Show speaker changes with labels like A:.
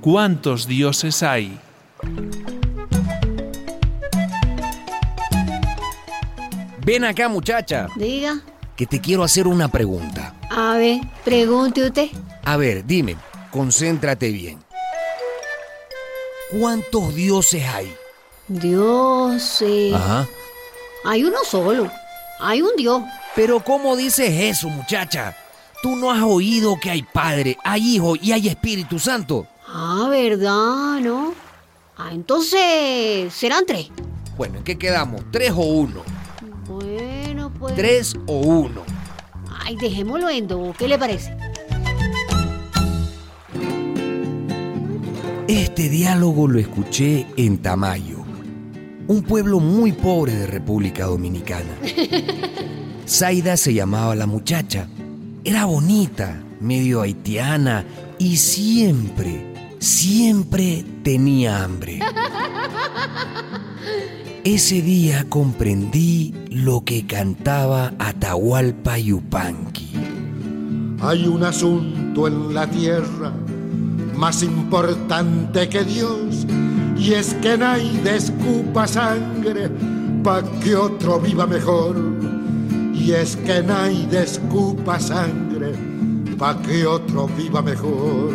A: ¿Cuántos dioses hay?
B: Ven acá, muchacha,
C: Diga.
B: que te quiero hacer una pregunta.
C: A ver, pregunte usted.
B: A ver, dime, concéntrate bien. ¿Cuántos dioses hay?
C: Dios. eh,
B: Ajá.
C: Hay uno solo. Hay un Dios.
B: Pero ¿cómo dices eso, muchacha? Tú no has oído que hay Padre, hay Hijo y hay Espíritu Santo.
C: Ah, ¿verdad? ¿No? Ah, entonces serán tres.
B: Bueno, ¿en qué quedamos? ¿Tres o uno?
C: Bueno, pues.
B: ¿Tres o uno?
C: Ay, dejémoslo en dos. ¿Qué le parece?
B: Este diálogo lo escuché en Tamayo, un pueblo muy pobre de República Dominicana. Zaida se llamaba la muchacha. Era bonita, medio haitiana y siempre, siempre tenía hambre. Ese día comprendí lo que cantaba Atahualpa Yupanqui.
D: Hay un asunto en la tierra más importante que Dios, y es que nadie escupa sangre pa' que otro viva mejor. Y es que nadie escupa sangre pa' que otro viva mejor.